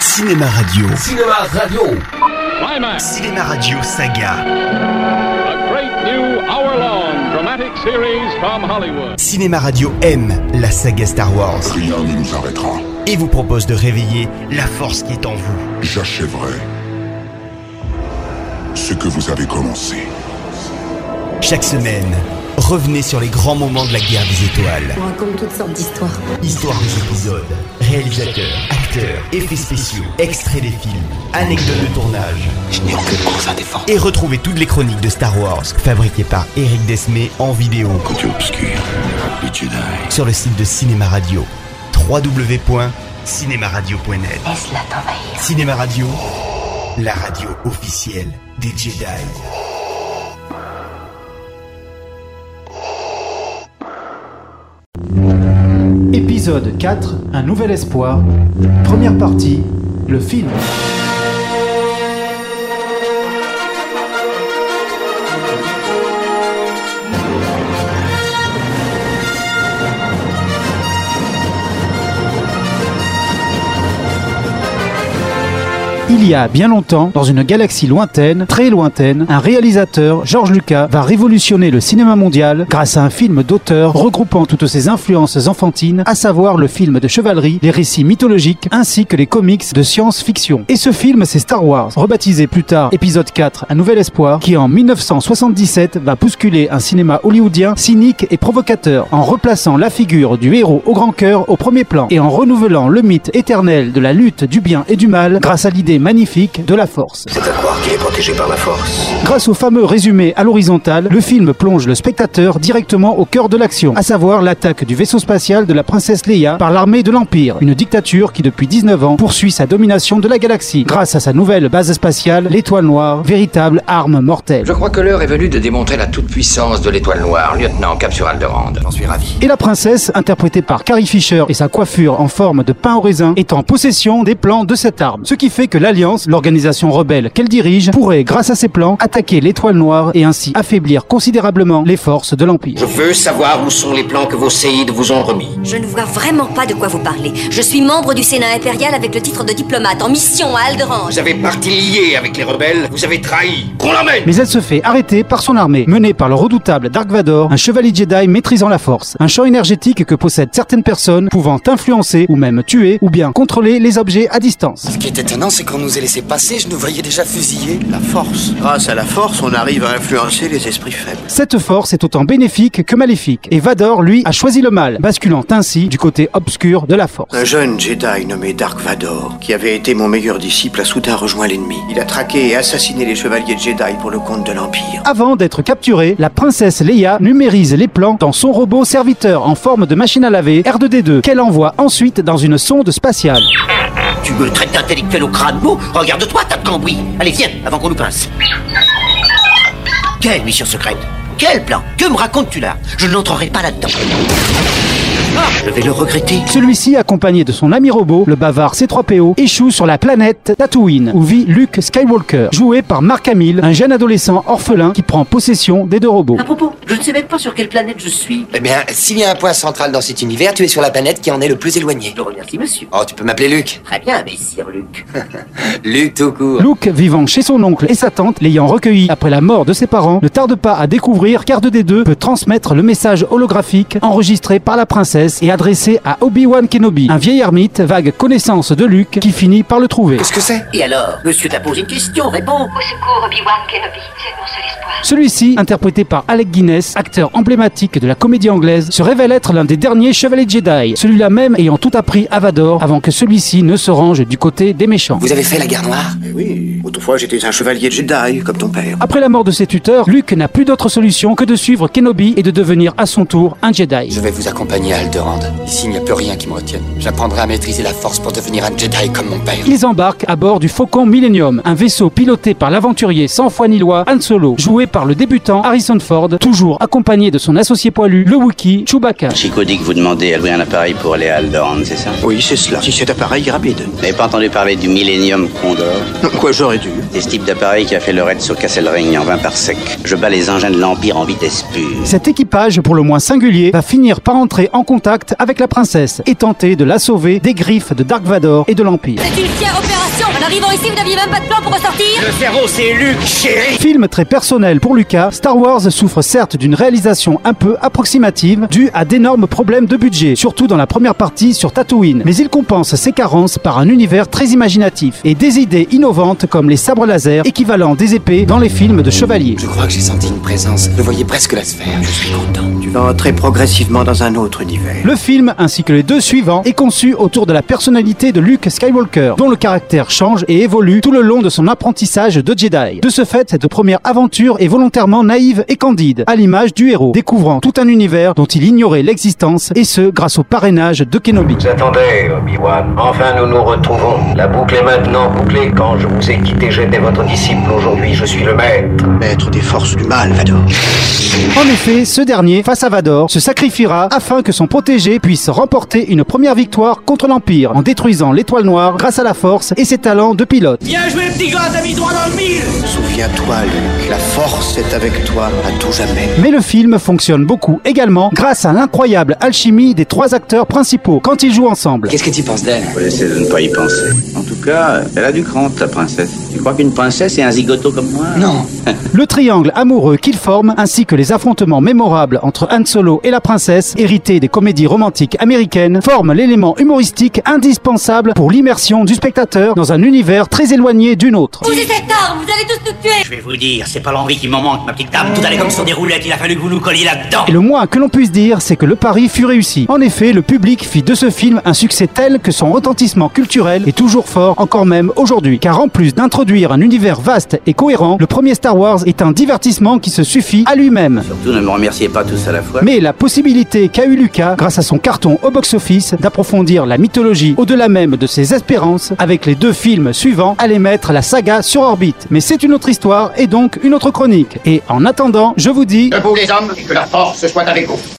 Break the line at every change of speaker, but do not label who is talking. Cinéma Radio.
Cinéma Radio.
Climax,
Cinéma Radio Saga.
a great new hour-long dramatic series from Hollywood.
Cinéma Radio aime la saga Star Wars
Rien ne nous arrêtera.
et vous propose de réveiller la force qui est en vous.
J'achèverai ce que vous avez commencé.
Chaque semaine, revenez sur les grands moments de la guerre des étoiles.
On raconte toutes sortes d'histoires.
Histoire des épisodes, réalisateurs, acteurs, effets spéciaux, extraits des films, anecdotes de tournage.
Je n'ai aucune cause à défendre.
Et retrouvez toutes les chroniques de Star Wars fabriquées par Eric Desmé en vidéo
Côté obscur, les Jedi.
sur le site de Cinéma Radio. www.cinemaradio.net
Laisse-la t'envahir.
Cinéma Radio, la radio officielle des Jedi.
Épisode 4, Un nouvel espoir. Première partie, le film. Il y a bien longtemps, dans une galaxie lointaine, très lointaine, un réalisateur, George Lucas, va révolutionner le cinéma mondial grâce à un film d'auteur regroupant toutes ses influences enfantines, à savoir le film de chevalerie, les récits mythologiques, ainsi que les comics de science-fiction. Et ce film, c'est Star Wars, rebaptisé plus tard épisode 4, Un Nouvel Espoir, qui en 1977 va bousculer un cinéma hollywoodien cynique et provocateur, en replaçant la figure du héros au grand cœur au premier plan, et en renouvelant le mythe éternel de la lutte du bien et du mal grâce à l'idée magnifique de la force.
C'est à croire qu'il est protégé par la force.
Grâce au fameux résumé à l'horizontale, le film plonge le spectateur directement au cœur de l'action, à savoir l'attaque du vaisseau spatial de la princesse Leia par l'armée de l'Empire, une dictature qui depuis 19 ans poursuit sa domination de la galaxie grâce à sa nouvelle base spatiale, l'étoile noire, véritable arme mortelle.
Je crois que l'heure est venue de démontrer la toute-puissance de l'étoile noire, lieutenant Cap sur Alderand. J'en suis ravi.
Et la princesse, interprétée par Carrie Fisher et sa coiffure en forme de pain au raisin, est en possession des plans de cette arme. Ce qui fait que l'Alliance, l'organisation rebelle qu'elle dirige, pourrait, grâce à ces plans, attaquer l'étoile noire et ainsi affaiblir considérablement les forces de l'Empire.
Je veux savoir où sont les plans que vos séides vous ont remis.
Je ne vois vraiment pas de quoi vous parlez. Je suis membre du Sénat impérial avec le titre de diplomate en mission à Alderange.
Vous avez parti lié avec les rebelles, vous avez trahi. Qu'on l'emmène
Mais elle se fait arrêter par son armée, menée par le redoutable Dark Vador, un chevalier Jedi maîtrisant la force, un champ énergétique que possèdent certaines personnes pouvant influencer ou même tuer ou bien contrôler les objets à distance.
Ce qui est étonnant, c'est qu'on nous ait laissé passer, je nous voyais déjà fusillés.
La force. Grâce à la force, on arrive à influencer les esprits faibles.
Cette force est autant bénéfique que maléfique, et Vador, lui, a choisi le mal, basculant ainsi du côté obscur de la force.
Un jeune Jedi nommé Dark Vador, qui avait été mon meilleur disciple, a soudain rejoint l'ennemi. Il a traqué et assassiné les chevaliers Jedi pour le compte de l'Empire.
Avant d'être capturée, la princesse Leia numérise les plans dans son robot serviteur en forme de machine à laver R2D2 qu'elle envoie ensuite dans une sonde spatiale.
Tu me traites d'intellectuel au crâne mou Regarde-toi, t'as de cambouis Allez, viens, avant qu'on nous pince. Quelle mission secrète Quel plan Que me racontes-tu là Je n'entrerai pas là-dedans. Ah, je vais le regretter.
Celui-ci, accompagné de son ami robot, le bavard C3PO, échoue sur la planète Tatooine, où vit Luke Skywalker, joué par Mark Hamill, un jeune adolescent orphelin qui prend possession des deux robots.
À propos, je ne sais même pas sur quelle planète je suis.
Eh bien, s'il y a un point central dans cet univers, tu es sur la planète qui en est le plus éloignée.
Je remercie monsieur.
Oh, tu peux m'appeler Luc.
Très bien, messire Luc.
Luc tout court.
Luke, vivant chez son oncle et sa tante, l'ayant recueilli après la mort de ses parents, ne tarde pas à découvrir qu'R2D2 peut transmettre le message holographique enregistré par la princesse et adressé à Obi-Wan Kenobi, un vieil ermite vague connaissance de Luke qui finit par le trouver.
Qu'est-ce que c'est
Et alors Monsieur t'a posé une question, réponds.
Au secours, Obi-Wan Kenobi, c'est mon seul espoir.
Celui-ci, interprété par Alec Guinness, acteur emblématique de la comédie anglaise, se révèle être l'un des derniers chevaliers Jedi, celui-là même ayant tout appris à Vador avant que celui-ci ne se range du côté des méchants.
Vous avez fait la guerre noire
Eh oui, autrefois j'étais un chevalier Jedi, comme ton père.
Après la mort de ses tuteurs, Luke n'a plus d'autre solution que de suivre Kenobi et de devenir à son tour un Jedi.
Je vais vous accompagner à Alderand. Ici, il n'y a plus rien qui me retienne. J'apprendrai à maîtriser la force pour devenir un Jedi comme mon père.
Ils embarquent à bord du Faucon Millennium, un vaisseau piloté par l'aventurier sans foi ni loi Han Solo, joué par le débutant Harrison Ford, toujours accompagné de son associé poilu, le Wookiee Chewbacca.
Chico dit que vous demandez à louer un appareil pour aller à Alderaan, c'est ça
Oui, c'est cela. Si cet appareil est rapide.
Vous n'avez pas entendu parler du Millennium Condor
Quoi, j'aurais dû.
C'est ce type d'appareil qui a fait le raid sur Castlereagh en 20 par sec. Je bats les engins de l'Empire en vitesse pure.
Cet équipage, pour le moins singulier, va finir par entrer en contact avec la princesse et tenter de la sauver des griffes de Dark Vador et de l'Empire.
C'est une fière opération En arrivant ici, vous n'aviez même pas de plan pour ressortir
Ferro, c'est Luc, chérie
Film très personnel pour Lucas, Star Wars souffre certes d'une réalisation un peu approximative due à d'énormes problèmes de budget, surtout dans la première partie sur Tatooine, mais il compense ses carences par un univers très imaginatif et des idées innovantes comme les sabres laser équivalents des épées dans les films de chevaliers.
Je crois que j'ai senti une présence. Je voyais presque la sphère.
Je suis content.
Tu vas entrer progressivement dans un autre univers.
Le film, ainsi que les deux suivants, est conçu autour de la personnalité de Luke Skywalker, dont le caractère change et évolue tout le long de son apprentissage de Jedi. De ce fait, cette première aventure est volontairement naïve et candide, à l'image du héros, découvrant tout un univers dont il ignorait l'existence, et ce, grâce au parrainage de Kenobi.
Attendez, Obi-Wan. Enfin, nous nous retrouvons. La boucle est maintenant bouclée. Quand je vous ai quitté, j'étais votre disciple. Aujourd'hui, je suis le maître.
Maître des forces du mal, Vador.
En effet, ce dernier, face à Vador, se sacrifiera afin que son protégé puisse remporter une première victoire contre l'Empire, en détruisant l'étoile noire grâce à la force et ses talents de pilote.
Bien joué, petit gars, t'as mis droit dans le mille
Souviens-toi, Luc, la force est avec toi à tout jamais.
Mais le film fonctionne beaucoup également grâce à l'incroyable alchimie des trois acteurs principaux quand ils jouent ensemble.
Qu'est-ce que tu penses d'elle
Faut essayer de ne pas y penser. En tout cas, elle a du cran, ta princesse. Tu crois qu'une princesse est un zigoto comme moi
Non.
Le triangle amoureux qu'ils forment, ainsi que les affrontements mémorables entre Han Solo et la princesse, hérités des comédies romantiques américaines, forment l'élément humoristique indispensable pour l'immersion du spectateur dans un univers très éloigné d'une autre.
Posez cette arme, vous allez tous nous tuer
Je vais vous dire, c'est pas l'envie qui m'en manque, ma petite dame. Tout allait comme sur des roulettes, il a fallu que vous nous colliez là-dedans.
Et le moins que l'on puisse dire, c'est que le pari fut réussi. En effet, le public fit de ce film un succès tel que son retentissement culturel est toujours fort encore même aujourd'hui. Car en plus d'introduire un univers vaste et cohérent, le premier Star Wars est un divertissement qui se suffit à lui-même.
Surtout, ne me remerciez pas tous à la fois.
Mais la possibilité qu'a eu Lucas, grâce à son carton au box-office, d'approfondir la mythologie au-delà même de ses espérances, avec les deux films suivants, allait mettre la saga sur orbite. Mais c'est une autre histoire et donc une autre chronique. Et en attendant, je vous dis...
Debout les hommes et que la force soit avec vous.